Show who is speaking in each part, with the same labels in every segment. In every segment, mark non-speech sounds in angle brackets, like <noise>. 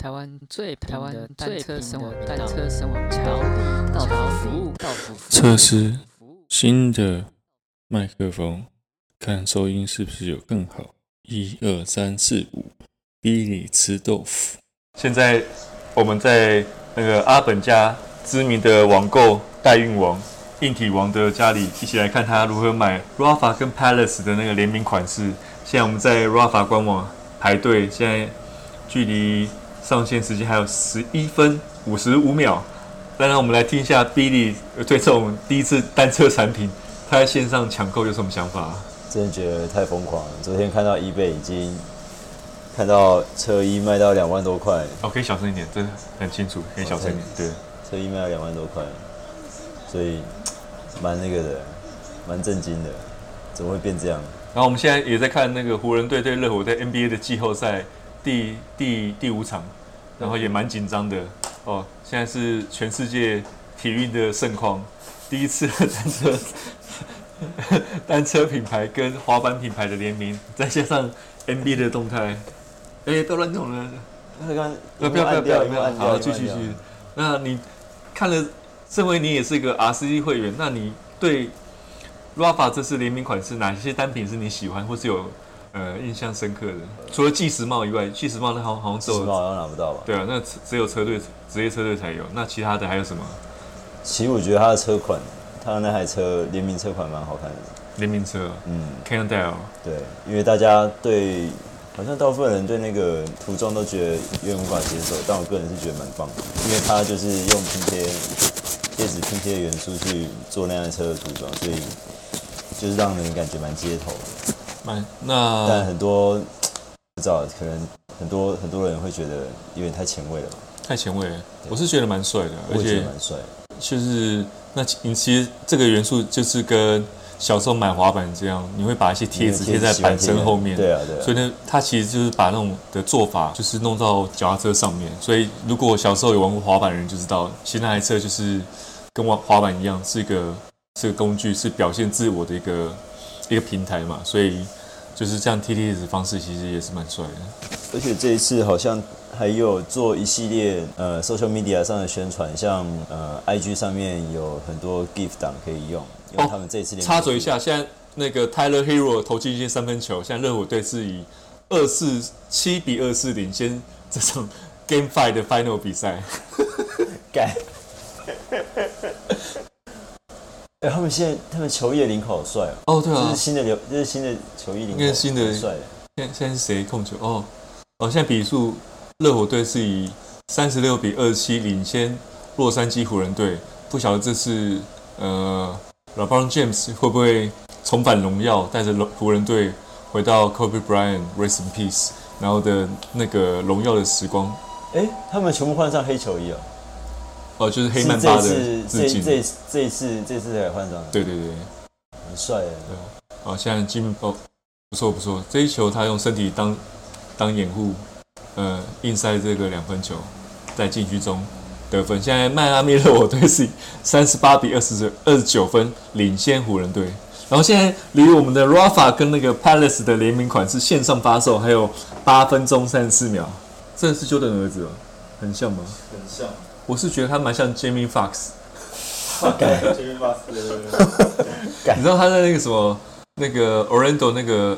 Speaker 1: 台湾最台湾最车神网
Speaker 2: 单
Speaker 1: 单
Speaker 2: 车
Speaker 1: 车神网桥到服务到服务
Speaker 3: 测试新的麦克风，看收音是不是有更好。一二三四五，逼你吃豆腐。
Speaker 4: 现在我们在那个阿本家知名的网购代运王硬体王的家里，一起来看他如何买 Rafa 跟 Palace 的那个联名款式。现在我们在 Rafa 官网排队，现在距离上线时间还有十一分五十五秒。当然，我们来听一下 Billy 呃对这种第一次单车产品，他在线上抢购有什么想法、
Speaker 2: 真的觉得太疯狂了。昨天看到 eBay 已经看到车衣卖到两万多块，
Speaker 4: 哦，可以小声一点，真的很清楚，可以小声一点。对，
Speaker 2: 车衣卖到两万多块，所以蛮那个的，蛮震惊的，怎么会变这样？
Speaker 4: 然后我们现在也在看那个湖人队对热火在 NBA 的季后赛第第第五场，然后也蛮紧张的哦。现在是全世界体育的盛况，第一次的单车单车 <laughs> 品牌跟滑板品牌的联名，再加上 NBA 的动态，哎，不要乱动了，
Speaker 2: 那刚
Speaker 4: 呃不要不要不要，
Speaker 2: 因
Speaker 4: 不
Speaker 2: 为
Speaker 4: 要
Speaker 2: 按掉，
Speaker 4: 好，
Speaker 2: 荧幕按掉
Speaker 4: 继续继续。那你看了，身为你也是一个 RCG 会员，那你对 Rafa 这次联名款式哪些单品是你喜欢或是有呃印象深刻的？除了计时帽以外，计时帽那好像好像只
Speaker 2: 四十
Speaker 4: 有
Speaker 2: 好像拿不到吧？
Speaker 4: 对啊，那只只有车队职业车队才有。那其他的还有什么
Speaker 2: 其实我觉得他的车款，他的那台车联名车款蛮好看的。
Speaker 4: 联名车
Speaker 2: 嗯，
Speaker 4: ？Cannondale
Speaker 2: 对，因为大家对好像大部分人对那个涂装都觉得有点无法接受，但我个人是觉得蛮棒的，因为它就是用拼贴贴纸拼贴的元素去做那台车的涂装，所以就是让人感觉蛮街头的。
Speaker 4: 蛮
Speaker 2: 但
Speaker 4: 那
Speaker 2: 很多不知道，可能很多很多人会觉得有点太前卫了吧，
Speaker 4: 太前卫了，我是觉得蛮帅的，
Speaker 2: 我
Speaker 4: 而
Speaker 2: 也觉
Speaker 4: 且
Speaker 2: 得蛮帅的。
Speaker 4: 就是那其你其实这个元素就是跟小时候买滑板这样，你会把一些贴纸
Speaker 2: 因
Speaker 4: 贴
Speaker 2: 为
Speaker 4: 在
Speaker 2: 喜欢
Speaker 4: 板
Speaker 2: 贴
Speaker 4: 身
Speaker 2: 的
Speaker 4: 后面，
Speaker 2: 对啊，对啊。
Speaker 4: 所以呢，它其实就是把那种的做法，就是弄到脚踏车上面。所以如果小时候有玩过滑板的人就知道，其实那台车就是跟玩滑板一样，是一个是个工具，是表现自我的一个一个平台嘛。所以就是这样贴贴纸的方式，其实也是蛮帅的。
Speaker 2: 而且这一次好像还有做一系列呃 social media 上的宣传，像呃 IG 上面有很多 GIF 档可以用，因为他们这一次连
Speaker 4: 哦插嘴一，下，现在那个 Tyler Hero 投进一些三分球，现在热火队是以二四七比二四领先这场 <laughs> Game Five 的 Final 比赛。
Speaker 2: 干。哎、他们现在他们球衣的领口好帅哦、
Speaker 4: 哦，对
Speaker 2: 这是新的流，这是新的球衣领口，
Speaker 4: 应该是新的
Speaker 2: 很帅。
Speaker 4: 现现在是谁控球？哦，哦，现在比数，热火队是以三十六比二七领先洛杉矶湖人队。不晓得这次呃，LeBron James 会不会重返荣耀，带着龙湖人队回到 Kobe Bryant Rest in Peace，然后的那个荣耀的时光。
Speaker 2: 哎、他们全部换上黑球衣哦、
Speaker 4: 哦，就是黑
Speaker 2: 是
Speaker 4: 曼
Speaker 2: 这
Speaker 4: 巴
Speaker 2: 一
Speaker 4: 的
Speaker 2: 次
Speaker 4: 致
Speaker 2: 这
Speaker 4: 敬。
Speaker 2: 这这一次这一次才换上的，
Speaker 4: 对对对，
Speaker 2: 很帅耶。
Speaker 4: 哦，现在 Jim 哦，不错不错，这一球他用身体当当掩护，呃，硬塞这个两分球，在禁区中得分。现在迈阿密热火队是 <laughs> 三十八比二十二十九分领先湖人队。然后现在离我们的 Rafa 跟那个 Palace 的联名款是线上发售，还有八分钟三十四秒。这是 Jordan 的儿子吗？哦很像吗？
Speaker 5: 很像，
Speaker 4: 我是觉得他蛮像 Jamie Fox。
Speaker 2: 哎
Speaker 5: 这边巴斯的
Speaker 4: 你知道他在那个什么那个 Orlando 那个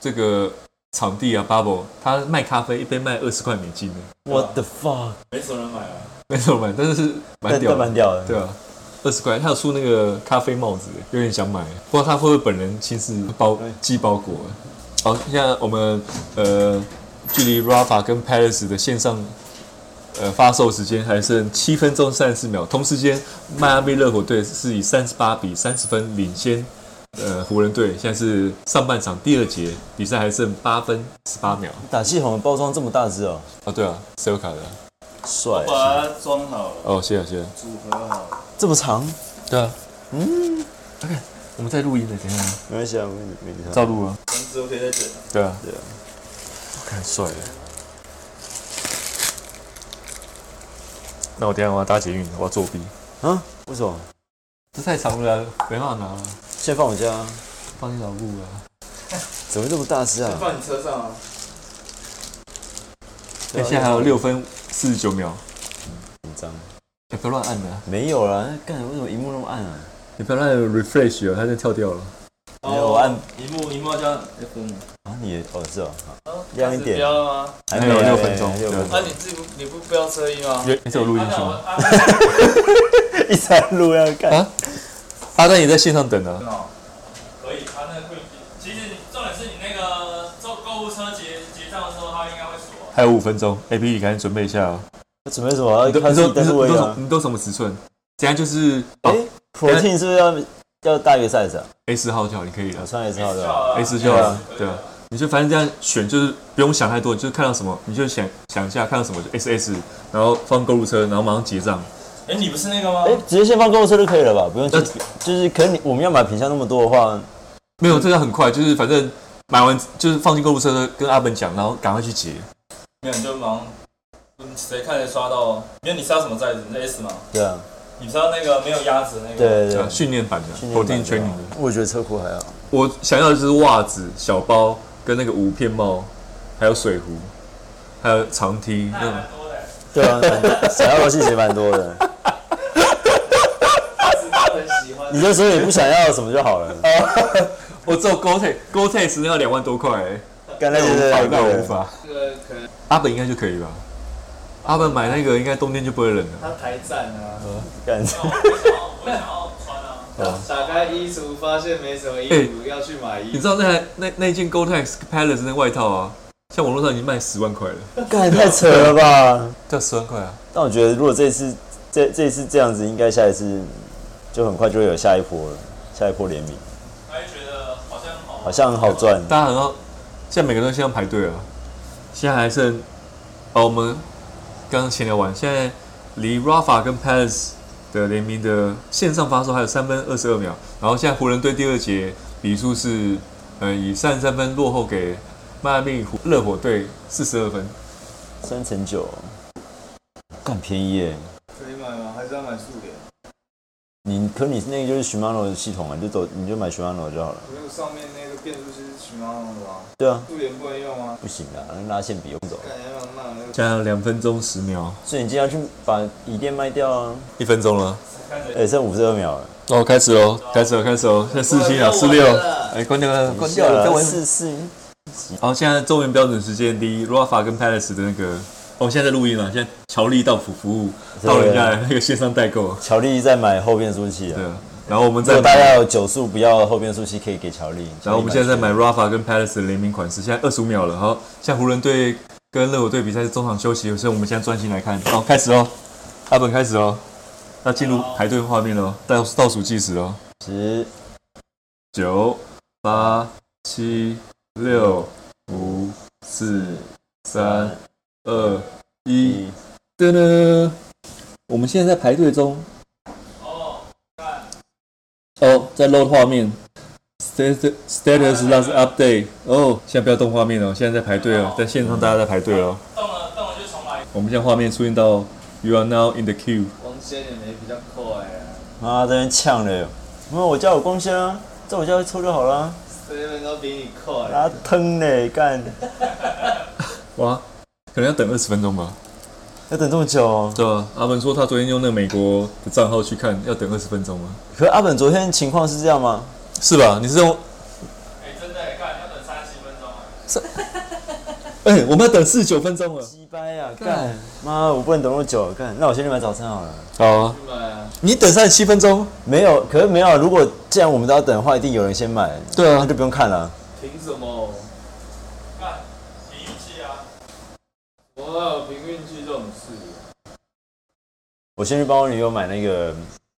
Speaker 4: 这个场地啊，Bubble，他卖咖啡一杯卖二十块美金的，
Speaker 2: What the fuck？
Speaker 5: 没什么人买啊。
Speaker 4: 没什么买，但是是蛮
Speaker 2: 但
Speaker 4: 屌
Speaker 2: 但蛮
Speaker 4: 的，
Speaker 2: 屌的，
Speaker 4: 对啊，二十块，他有出那个咖啡帽子，有点想买，不知道他会不会本人亲自包寄包裹。好，现在我们呃距离 Rafa 跟 Paris 的线上。呃，发售时间还剩七分钟三十四秒，同时间，迈阿密热火队是以三十八比三十分领先呃，湖人队现在是上半场第二节，比赛还剩八分十八秒。
Speaker 2: 打气筒的包装这么大只哦、
Speaker 4: 哦，对啊，塞尔卡的。
Speaker 2: 帅，
Speaker 5: 把它装好，
Speaker 4: 哦，谢谢谢谢。
Speaker 5: 组合好，
Speaker 2: 这么长，
Speaker 4: 对啊，嗯，我们在录音的，等一下
Speaker 2: 没关系啊，我没没理他。
Speaker 4: 照录啊。
Speaker 5: 文字都可以再整。
Speaker 4: 对啊，
Speaker 2: 对啊，
Speaker 4: 看帅的。那我等一下我要搭捷运，我要作弊。
Speaker 2: 啊？为什么？
Speaker 4: 这太长了啊，没办法拿了，
Speaker 2: 现在放我家啊，
Speaker 4: 帮你老顾啊。
Speaker 2: 怎么会这么大只啊？
Speaker 5: 放你车上啊，
Speaker 4: 哎现在还有六分四十九秒。
Speaker 2: 紧张。
Speaker 4: 哎不要乱按的、啊，
Speaker 2: 没有啦，干为什么荧幕那么暗啊？
Speaker 4: 你哎不要乱 refresh 哦，它就跳掉了。
Speaker 2: 没有我按
Speaker 5: 哦荧幕，荧幕要加 F 吗？
Speaker 2: 啊，你也哦是哦，好
Speaker 5: 啊
Speaker 2: 亮一点
Speaker 5: 指标了吗？
Speaker 2: 还
Speaker 4: 还
Speaker 2: 没
Speaker 4: 有
Speaker 2: 啊
Speaker 4: 哎六
Speaker 2: 对
Speaker 4: 分钟
Speaker 2: 六分
Speaker 5: 啊，
Speaker 2: 钟，
Speaker 5: 你自己不你不标车衣吗？
Speaker 4: 原是有录音
Speaker 5: 啊
Speaker 4: 是
Speaker 5: 那我
Speaker 4: 吗？
Speaker 5: 啊那我
Speaker 2: <laughs> 一直在录要干。
Speaker 4: 啊阿丹也在线上等啊。
Speaker 5: 哦可以，他那个会其实重点是你那个做购物车结结账的时候，他应该会锁。
Speaker 4: 还有五分钟，A P，你赶紧准备一下哦。
Speaker 2: 要准备什么？
Speaker 4: 你都
Speaker 2: 要看
Speaker 4: 你
Speaker 2: 自
Speaker 4: 都
Speaker 2: 己
Speaker 4: 你
Speaker 2: 单
Speaker 4: 都
Speaker 2: 位
Speaker 4: 你都
Speaker 2: 啊
Speaker 4: 什？你都什么尺寸？等下就是
Speaker 2: 哎
Speaker 4: 哦
Speaker 2: ，protein 是不是要要大于 size 啊？
Speaker 4: A 四号就好，你可以了
Speaker 2: 我。穿 S 号的啊，
Speaker 4: A 四就
Speaker 2: 对
Speaker 4: 好
Speaker 2: 啊
Speaker 4: 了，对啊。你就反正这样选，就是不用想太多，就是看到什么你就想想一下，看到什么就 S S，然后放购物车，然后马上结账。
Speaker 5: 哎，你不是那个吗
Speaker 2: 哎，直接先放购物车就可以了吧？不用
Speaker 4: 那
Speaker 2: 去，就是可能你我们要买品相那么多的话，
Speaker 4: 没有，这个很快，就是反正买完就是放进购物车，跟阿本讲，然后赶快去结。
Speaker 5: 没有，你就忙，嗯谁看谁刷到哦。没有，你是要什么袋子？你是 S 吗？
Speaker 2: 对啊，
Speaker 5: 你知道那个没有鸭子的那个？
Speaker 2: 对。对
Speaker 4: 对
Speaker 2: 对
Speaker 4: 啊，。训练版的
Speaker 2: 训，练
Speaker 4: 我
Speaker 2: 版的
Speaker 4: 定 training 的。
Speaker 2: 我觉得车库还好，
Speaker 4: 我想要的就是袜子、小包跟那个五片帽，还有水壶，还有长梯那种。
Speaker 2: 对啊，想要的事情蛮多的。你就说你不想要什么就好了，
Speaker 4: 我只有 g o t e g o t e 只要两万多块、欸，
Speaker 2: 干那
Speaker 4: 那
Speaker 2: 个
Speaker 4: 无法，那我无
Speaker 2: 对
Speaker 4: 法。
Speaker 5: 这个可能
Speaker 4: 阿本应该就可以吧？阿本买那个应该冬天就不会冷了。
Speaker 5: 他台站啊，
Speaker 2: 干
Speaker 5: 打开衣橱发现没什么衣
Speaker 4: 服
Speaker 5: 要去买
Speaker 4: 你
Speaker 5: 衣。
Speaker 4: 知道那台那那件 Gore-Tex Palace 那外套啊，像网络上已经卖十万块了，
Speaker 2: 干太扯了吧？
Speaker 4: 叫十万块啊！
Speaker 2: <laughs> 但我觉得如果这一次这这一次这样子，应该下一次就很快就会有下一波了，下一波联名
Speaker 5: 他会觉得好像好。
Speaker 2: 好像很好赚。
Speaker 4: 大家很好，现在每个人都先排队了，现在还剩哦，我们刚刚闲聊完，现在离 Rafa 跟 Palace 的联名的线上发售还有三分二十二秒，然后现在湖人队第二节比数是呃以三十三分落后给迈阿密湖热火队四十二分。
Speaker 2: 三乘九，干便宜耶！
Speaker 5: 可以买吗？还是要买素脸？
Speaker 2: 你可你那个就是 Shimano 的系统啊，你就走你就买 Shimano 就好了。
Speaker 5: 那个上面那个变速器是什么样的吗？哎
Speaker 2: 对啊，
Speaker 5: 素脸不能用吗？
Speaker 2: 不行啊，那拉线比用走。
Speaker 5: 感觉蛮慢的。
Speaker 4: 现在有两分钟十秒，
Speaker 2: 所以你今天要去把椅垫卖掉啊？
Speaker 4: 一分钟了。
Speaker 2: 哎、剩五十二秒了，
Speaker 4: 哦，开始喽，开始了，开始喽，现在四七秒四六，哎，关掉了，关掉了，再玩一次。
Speaker 2: 四四。
Speaker 4: 好，现在中原标准时间第一，Rafa 跟 Palace 的那个，哦，现在在录音了，现在乔力到府服务到人家来那个线上代购，
Speaker 2: 乔力在买后变速器
Speaker 4: 对
Speaker 2: 啊，
Speaker 4: 啊，然后我们
Speaker 2: 如
Speaker 4: 再
Speaker 2: 果大
Speaker 4: 买，
Speaker 2: 家有九速不要后变速器，可以给乔力。
Speaker 4: 然后我们现在在买
Speaker 2: 乔力
Speaker 4: Rafa 跟 Palace 的联名款式，现在二十五秒了，好，像湖人队跟热火队比赛是中场休息，所以我们现在专心来看，好，开始哦，阿本开始哦，要进入排队画面喽，倒倒数计时哦喽。
Speaker 2: 十
Speaker 4: 九八七六五四三二一，
Speaker 2: 一，
Speaker 4: 噔噔！我们现在在排队中。哦，在 load 画面，status status last update。哦，现在不要动画面哦，现在在排队哦，在线上大家在排队哦。
Speaker 5: 动了动了就重来。
Speaker 4: 我们现在画面出现到 you are now in the queue。
Speaker 5: 光纤也没比较快啊
Speaker 2: 妈在那边呛了，没有我家有光纤啊，在我家会抽就好了，
Speaker 5: ，seven 都比你快。
Speaker 2: 拉腾嘞干，
Speaker 4: 哇，可能要等二十分钟吧。
Speaker 2: 要等这么久、哦。
Speaker 4: 对啊，阿文说他昨天用那个美国的账号去看，要等二十分钟吗？
Speaker 2: 可是阿本昨天情况是这样吗？
Speaker 4: 是吧？你是用？
Speaker 5: 哎，真的，看要等三十分钟。啊
Speaker 4: 哎、我们要等四十九分钟了。
Speaker 2: 鸡掰啊，干妈，我不能等那么久，干，那我先去买早餐好了。
Speaker 4: 好啊，
Speaker 5: 去买啊！
Speaker 4: 你等三十七分钟。
Speaker 2: 没有，可是没有，如果既然我们都要等的话，一定有人先买，
Speaker 4: 对
Speaker 2: 那
Speaker 4: 啊，
Speaker 2: 就不用看了。
Speaker 5: 凭什么？看，凭运气啊！我哪有凭运气这种事。
Speaker 2: 我先去帮我女友买那个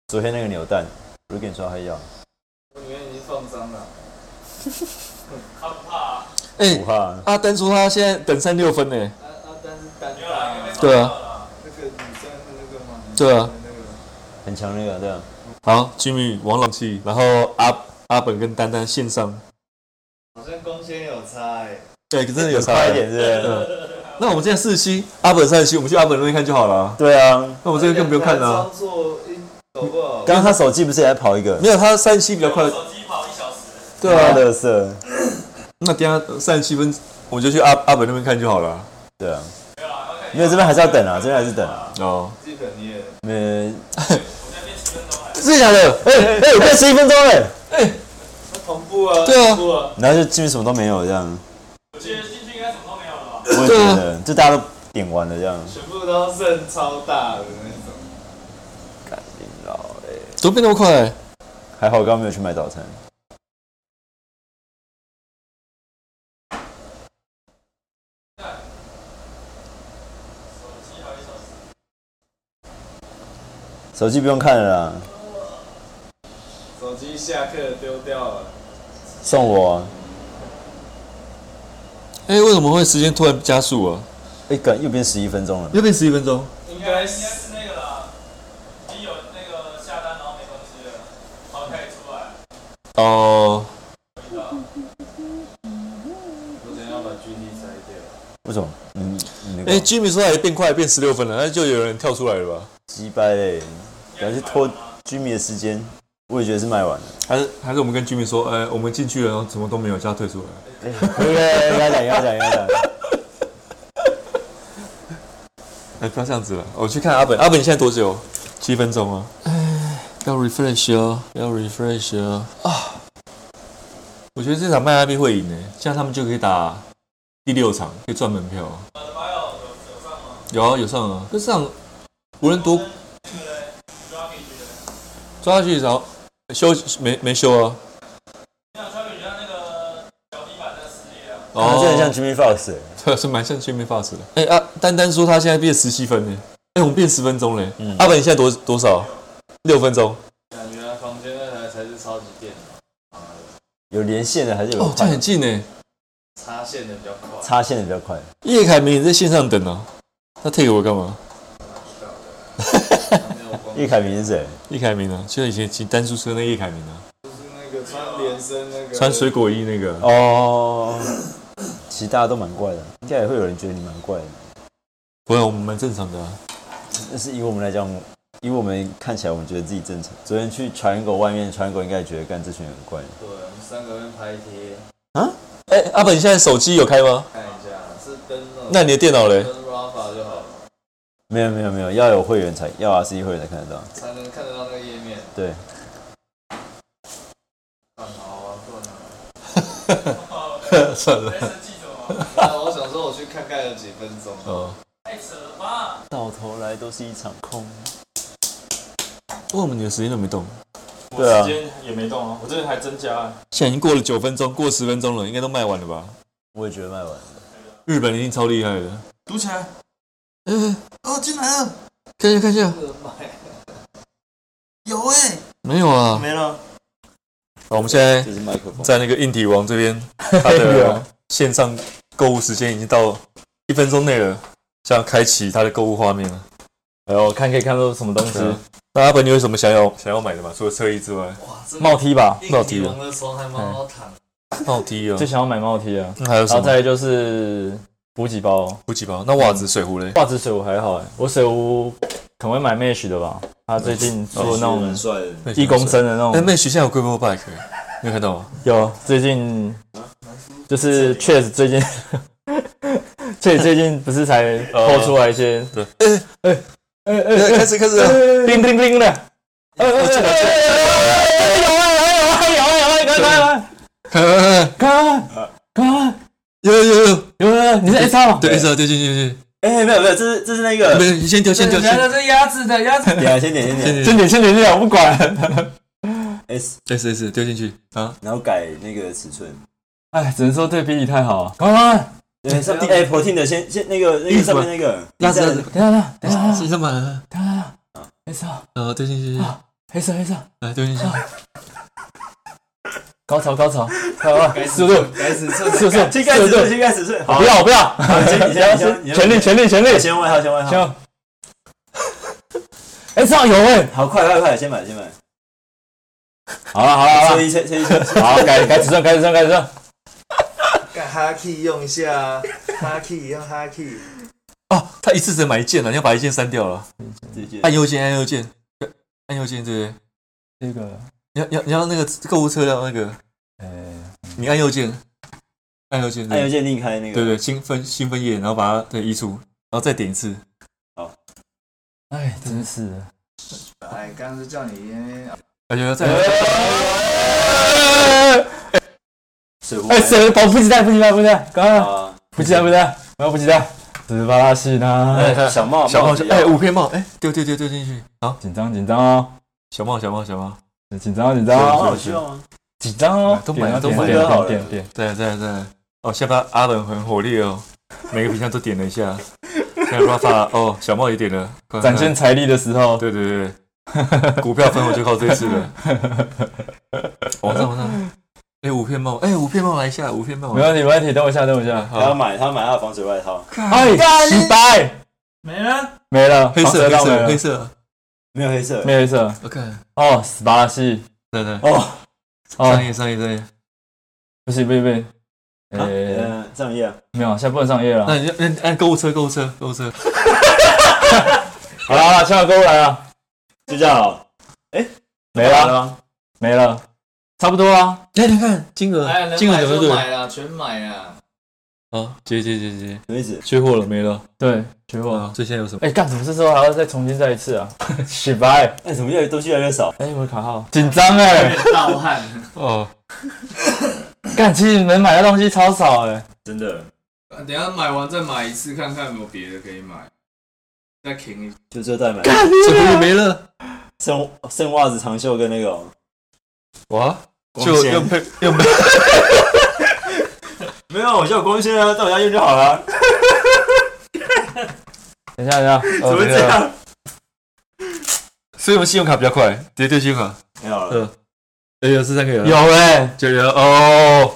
Speaker 2: 昨天那个扭蛋，我就跟你说她要，
Speaker 5: 我里面已经放脏了。他不怕啊，
Speaker 4: 哎、
Speaker 2: 不怕，
Speaker 4: 阿丹说他现在等三六分呢。
Speaker 5: 啊啊，但是单打那
Speaker 4: 对啊，
Speaker 5: 个女生的那个吗？
Speaker 4: 对啊。
Speaker 5: 那个
Speaker 2: 很强那个，对啊，
Speaker 4: 好，Jimmy 王老七，然后阿阿本跟丹丹线上，
Speaker 5: 好像光纤有差
Speaker 6: 欸
Speaker 5: 哎。
Speaker 4: 对，真的有差
Speaker 2: 快一点。是不是？
Speaker 4: 嗯，那我们现在四十七，阿本三十七，我们去阿本那边看就好了啊、
Speaker 2: 对啊，
Speaker 4: 那我们这个更不用看了啊、
Speaker 5: 操作音搞不好。
Speaker 2: 刚刚她手机不是也在跑一个？
Speaker 4: 没有，他三十七比较快。
Speaker 5: 机跑一小时。
Speaker 4: 对啊，
Speaker 2: 乐色，
Speaker 4: 那等一下三十七分，我们就去阿阿本那边看就好了啊、
Speaker 2: 对啊，
Speaker 5: 对啊，要看
Speaker 2: 没有这边还是要等啊，这边还是等啊，
Speaker 4: 哦，
Speaker 2: 呃，
Speaker 4: 真的假的？哎、
Speaker 2: 哎、我快十一分钟了，
Speaker 5: 同步啊，
Speaker 4: 对啊
Speaker 5: 同步啊，
Speaker 2: 然后就基本什么都没有这样，
Speaker 5: 我记得进去应该什么都没有了吧？
Speaker 2: 我也觉得，
Speaker 4: 啊
Speaker 2: 就大家都点完了这样，
Speaker 6: 全部都剩超大的那种。
Speaker 4: 怎么变那么快、
Speaker 2: 还好我刚刚没有去买早餐，手机不用看了啦，
Speaker 6: 手机下课丢掉了，
Speaker 2: 送我、啊，
Speaker 4: 哎、为什么会时间突然加速啊？
Speaker 2: 哎、干又变十一分钟了，
Speaker 4: 又变十一分钟，
Speaker 6: 应
Speaker 5: 应该
Speaker 6: 该
Speaker 5: 应该
Speaker 6: 是
Speaker 5: 是那个啦，你有那个下单然后没东西了，然后开始出来，
Speaker 4: 哦、
Speaker 6: 我等一下把军力拆掉。
Speaker 2: 为什么？嗯，你那
Speaker 4: 哎、
Speaker 2: 个
Speaker 4: j i m m y 说他也变快，变十六分了，那就有人跳出来了吧？
Speaker 2: 击败嘞，感觉拖居民的时间，我也觉得是卖完了。
Speaker 4: 还是还是我们跟 Jimmy 说，呃，我们进去了，然后什么都没有，叫他退出来。
Speaker 2: 对对， <laughs> 要讲要讲要讲，
Speaker 4: 哎、不要这样子了，我去看阿本，阿本你现在多久？七分钟啊。哎，要 refresh 哦，要 refresh 哦啊！我觉得这场迈阿密会赢呢，这样他们就可以打第六场，可以赚门票。
Speaker 5: 我的妈哟，有有上吗？
Speaker 4: 有啊，有上啊，这场无论多
Speaker 5: 那个嘞，抓给你的，
Speaker 4: 抓下去，然后修没没修啊？
Speaker 5: 你想抓给人家那个脚底板的实力啊？
Speaker 4: 哦
Speaker 2: 他真的像 Jimmy Fox，欸
Speaker 4: 对， <laughs> 是蛮像全面发式的。哎、啊，丹丹说他现在变十七分呢，哎、我们变十分钟嘞。阿本你现在多多少？六分钟。
Speaker 6: 感觉他房间那台才是超级电脑，
Speaker 2: 有连线的还是有
Speaker 4: 哦，这样
Speaker 2: 快
Speaker 4: 很近呢。
Speaker 6: 插线的比较快。
Speaker 2: 插线的比较快。
Speaker 4: 叶凯明也在线上等啊，他退给我干嘛？
Speaker 6: 没有光，
Speaker 2: 叶凯明是谁？
Speaker 4: 叶凯明啊，就以前骑单出车那叶凯明啊，
Speaker 6: 就是那个穿连身那个。
Speaker 4: 穿水果衣那个。
Speaker 2: 哦，其实大家都蛮怪的，应该也会有人觉得你蛮怪的。
Speaker 4: 不然我们蛮正常的啊。
Speaker 2: 但是以我们来讲，以我们看起来，我们觉得自己正常。昨天去船狗外面，船狗应该也觉得干这群人很怪。
Speaker 6: 对，我们三个人拍贴，
Speaker 4: 哎、阿本你现在手机有开吗？
Speaker 6: 看一下是登了。
Speaker 4: 那你的电脑嘞
Speaker 6: 登？Rafa 就好了，
Speaker 2: 没有没有没有，要有会员才要 R C 会员才看得到。
Speaker 6: 才能看得到那个页面。
Speaker 2: 对，
Speaker 6: 看好啊，困啊。
Speaker 7: <laughs>
Speaker 4: 算
Speaker 5: 在
Speaker 4: 了。
Speaker 5: 生气什么？
Speaker 6: 那我想说我去看看有几分钟。
Speaker 4: 哦，
Speaker 5: 太扯了吧！
Speaker 2: 到头来都是一场空。
Speaker 4: 为什么你的时间都没动？
Speaker 5: 我
Speaker 2: 对啊
Speaker 5: 时间也没动啊，我这边还增加啊。
Speaker 4: 现在已经过了九分钟，过十分钟了，应该都卖完了吧？
Speaker 2: 我也觉得卖完了。
Speaker 4: 日本已经超厉害了。
Speaker 5: 读起来，
Speaker 4: 哦，进来了，看一下看一下，
Speaker 5: 有哎、
Speaker 4: 没有啊，没了。我们现在
Speaker 2: 这是麦克风。啊
Speaker 4: 在那个硬体王这
Speaker 2: <laughs>
Speaker 4: 边，它的线上购物时间已经到一分钟内了，这样开启它的购物画面了。
Speaker 7: 哎呦，看可以看到什么东西？
Speaker 4: 对啊那阿本，你有什么想要想要买的吗？除了车衣之外，
Speaker 6: 哇，这
Speaker 7: 帽 T 吧，
Speaker 4: 帽 T
Speaker 6: 我们的床还蛮好躺的。
Speaker 4: 帽 T 啊
Speaker 7: 最，想要买帽 T 啊。
Speaker 4: 嗯还有什
Speaker 7: 然后
Speaker 4: 么
Speaker 7: 再来就是补给包，
Speaker 4: 补给包？那袜子、水壶嘞？
Speaker 7: 袜子水壶还好哎，我水壶可能会买 Mesh 的吧，他最近
Speaker 2: 哦
Speaker 7: 哦做那种
Speaker 2: 帅的。
Speaker 7: 一公。升的那
Speaker 4: 哎
Speaker 7: 种，
Speaker 4: ，Match 现在有 g r a b Bike，你有看到吗？
Speaker 7: 有最近
Speaker 6: 啊
Speaker 7: 就是确实最近，确实最近 <laughs> 不是才
Speaker 6: 哦
Speaker 7: 抛出来一些
Speaker 4: 对，
Speaker 7: 哎哎哎哎，
Speaker 4: 开始开始了，
Speaker 7: 叮叮叮的，哎哎哎哎哎哎有啊有啊有啊有啊有啊，快快快！
Speaker 4: 看看看，
Speaker 7: 看看
Speaker 4: 有有有，
Speaker 7: 有有，你是 S 号吗？
Speaker 4: 对，一直要丢进去，
Speaker 2: 哎、没有没有，这是这是那个
Speaker 4: 丢进去，没，有，你先丢，先丢，先丢，
Speaker 7: 是鸭子的鸭子，
Speaker 2: 点啊，先点先点
Speaker 4: 先
Speaker 7: 先点先点先点，我不管。 <laughs>
Speaker 2: S，
Speaker 4: 对，是是，丢进去啊，
Speaker 2: 然后改那个尺寸。
Speaker 7: 哎，只能说对比你太好。哦快快，
Speaker 2: 对，上第哎 protein 的先先那个那个上面那个，
Speaker 4: 鸭子
Speaker 2: 第
Speaker 4: 鸭
Speaker 2: 三
Speaker 4: 子，
Speaker 7: 等一下等一下
Speaker 4: 先上满了，
Speaker 7: 等一下，黑色
Speaker 4: 然后丢进去，
Speaker 7: 黑色黑色，
Speaker 4: 来丢进去。
Speaker 7: 高潮高潮，快快快，速度
Speaker 6: 开始测
Speaker 7: 速度
Speaker 2: 先改尺
Speaker 7: 速
Speaker 2: 寸，
Speaker 7: 度，
Speaker 2: 先改尺寸。好，
Speaker 7: 不要我不要，
Speaker 2: 你先你先你先
Speaker 7: <laughs>
Speaker 2: 你
Speaker 7: 全力全力全力，
Speaker 2: 先先问号，先问号。
Speaker 7: 行。S 号有哎，
Speaker 2: 好，快快快，先买先买。
Speaker 7: 好了好了好
Speaker 2: 车
Speaker 7: 了，
Speaker 2: 衣车车衣车衣，
Speaker 7: 好改改尺寸改尺寸改尺寸，
Speaker 6: 干哈 key 用一下啊，哈 key 用哈 key，
Speaker 4: 哦，他一次只能买一件了，你要把一件删掉了。
Speaker 2: 这件
Speaker 4: 按右键，按右键，按右键，对
Speaker 7: 这
Speaker 4: 不对？
Speaker 7: 个
Speaker 4: 你要你要你要那个购物车要那个，
Speaker 7: 哎
Speaker 4: 你呃按右键，按右键，
Speaker 2: 按
Speaker 4: 对
Speaker 2: 哎右键另开那个。
Speaker 4: 对对，新分新分页，然后把它对移除，后再点一次。
Speaker 5: 哎，真是的。
Speaker 3: 哎，刚刚是叫你因为
Speaker 4: 哎呦，再
Speaker 2: 水壶
Speaker 5: 哎，谁保不期待，不期待，不期待，刚刚
Speaker 2: 啊，
Speaker 5: 不期待，不期待，我要不期待。十八大戏呢，
Speaker 4: 呃
Speaker 2: 哎小帽
Speaker 4: 小帽
Speaker 2: 帽子，
Speaker 4: 哎，五片帽，哎，丢丢丢丢进去。好，
Speaker 5: 紧张紧张哦，
Speaker 4: 小帽小帽小帽，
Speaker 5: 紧张紧张
Speaker 2: 好
Speaker 5: 哦
Speaker 2: 好，笑啊！
Speaker 5: 紧张哦，
Speaker 4: 都买了
Speaker 5: 点
Speaker 4: 都买
Speaker 5: 点
Speaker 2: 了好了
Speaker 5: 点点点，
Speaker 4: 再来再来再来。哦，下巴阿本很火力哦，每个品相都点了一下。现在 Rafa 哦，小帽也点了，快
Speaker 5: 展现。财力的时候，
Speaker 4: 对对对，股票分我就靠这次了。往上往上，哎，五片帽，哎，五片帽来一下，五片帽
Speaker 5: 没。问题没问题，等我一下，等我一下。
Speaker 2: 他要
Speaker 4: 好，
Speaker 2: 买，他要买他的防水外套，
Speaker 5: 哎，失败，
Speaker 3: 没了，
Speaker 5: 没了，
Speaker 4: 黑
Speaker 5: 防
Speaker 4: 色
Speaker 5: 蛇
Speaker 4: 黑
Speaker 5: 道没
Speaker 4: 色
Speaker 5: 了
Speaker 4: 黑色
Speaker 2: 没有黑色，
Speaker 5: 没有黑色。
Speaker 4: ，OK，
Speaker 5: 哦，十八大戏，
Speaker 4: 对对，
Speaker 2: 哦，
Speaker 5: 哦
Speaker 4: 商，业商业商业。
Speaker 5: 不行不行不行，哎，
Speaker 2: 啊嗯，上页啊，
Speaker 5: 没有，现在不能上夜了。
Speaker 4: 那你就那哎，购物车购物车购物车，
Speaker 5: 好了好了，千万购物来了，
Speaker 2: 就这样哦，
Speaker 5: 没
Speaker 2: 完
Speaker 5: 了
Speaker 2: 了吗？
Speaker 5: 没了，差不多啊。
Speaker 4: 哎，你看金额
Speaker 3: 哎，
Speaker 4: 金
Speaker 3: 两
Speaker 4: 额
Speaker 3: 百
Speaker 4: 怎么
Speaker 3: 就
Speaker 4: 对？
Speaker 3: 买了，全买了。
Speaker 4: 好，结结结结，
Speaker 2: 什么意思？
Speaker 4: 缺货了没了。
Speaker 5: 对，绝望。
Speaker 4: 啊，这现在有什么？
Speaker 5: 哎，干什么这时候还要再重新再一次啊？失败。
Speaker 2: 哎，怎么越来越东西越来越少？
Speaker 5: 哎，我的卡号紧张哎，
Speaker 3: 盗汗，
Speaker 5: <laughs>
Speaker 4: 哦，
Speaker 5: 干，其实能买的东西超少哎。
Speaker 2: 真的，
Speaker 8: 等一下买完再买一次，看看有没有别的可以买。再停一下，
Speaker 2: 就这代买，
Speaker 4: 这个也没了。
Speaker 2: 剩剩袜子、长袖跟那个哦
Speaker 4: 哇，
Speaker 2: 光
Speaker 4: 就
Speaker 2: 纤
Speaker 4: 又配又没
Speaker 2: 没有，我就有光纤啊，到我家用就好了。
Speaker 5: 等一下等一下，
Speaker 2: 怎么
Speaker 5: 哦
Speaker 2: 会这样？
Speaker 4: 所以我们信用卡比较快，直接对信用卡。
Speaker 2: 没有了，
Speaker 4: 嗯，哎呦，是三个有
Speaker 5: 有哎，
Speaker 4: 九有哦。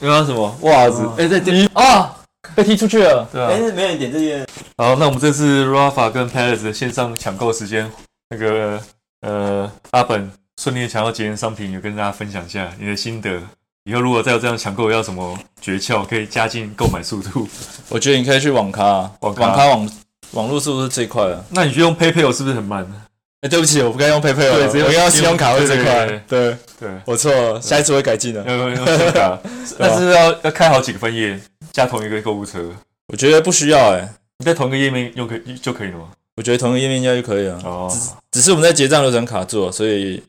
Speaker 4: 刚
Speaker 2: 啊
Speaker 4: 刚什么袜子？哎，在点
Speaker 5: 哦，被踢出去了。
Speaker 4: 对
Speaker 2: 哎
Speaker 4: 啊。，
Speaker 2: 没人点这件，
Speaker 4: 好，那我们这次 Rafa 跟 Palace 的线上抢购时间，那个呃阿本顺利的抢到几件商品，有跟大家分享一下你的心得。以后如果再有这样抢购，要什么诀窍可以加进购买速度？
Speaker 5: 我觉得你可以去网咖，网
Speaker 4: 网咖
Speaker 5: 网网络速度是最快的。
Speaker 4: 那你觉得用 PayPal 是不是很慢？
Speaker 5: 哎，对不起，我不该用 PayPal，
Speaker 4: 对
Speaker 5: 了
Speaker 4: 只有
Speaker 5: 我应该用信用卡会最快
Speaker 4: 对。
Speaker 5: 对，
Speaker 4: 对，
Speaker 5: 我错了，下一次会改进的。
Speaker 4: 要用用信
Speaker 5: <laughs>
Speaker 4: 用卡，但是要要开好几个分页，加同一个购物车，
Speaker 5: 我觉得不需要哎、
Speaker 4: 你在同一个页面用可就可以了吗？
Speaker 5: 我觉得同一个页面应该就可以了。
Speaker 4: 哦，
Speaker 5: 只是我们在结账流程卡住了，所以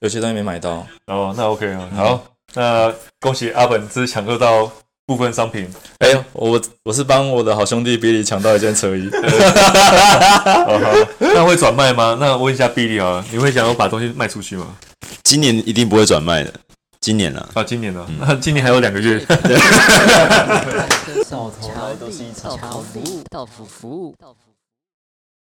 Speaker 5: 有些东西没买到。嗯
Speaker 4: 哦，那 OK 啊，好，那恭喜阿本只抢购到部分商品，
Speaker 5: 哎、我我是帮我的好兄弟比利抢到一件车衣。
Speaker 4: 哦好 <laughs> 那会转卖吗？那问一下 Billy 好了，你会想要把东西卖出去吗？
Speaker 2: 今年一定不会转卖的，今年啊，
Speaker 4: 啊，今年呢？那 <laughs> 今年还有两个月，
Speaker 1: 特送
Speaker 2: 来
Speaker 1: 强
Speaker 2: 都是一
Speaker 1: 力
Speaker 2: 场
Speaker 1: 到服务到服服务到服。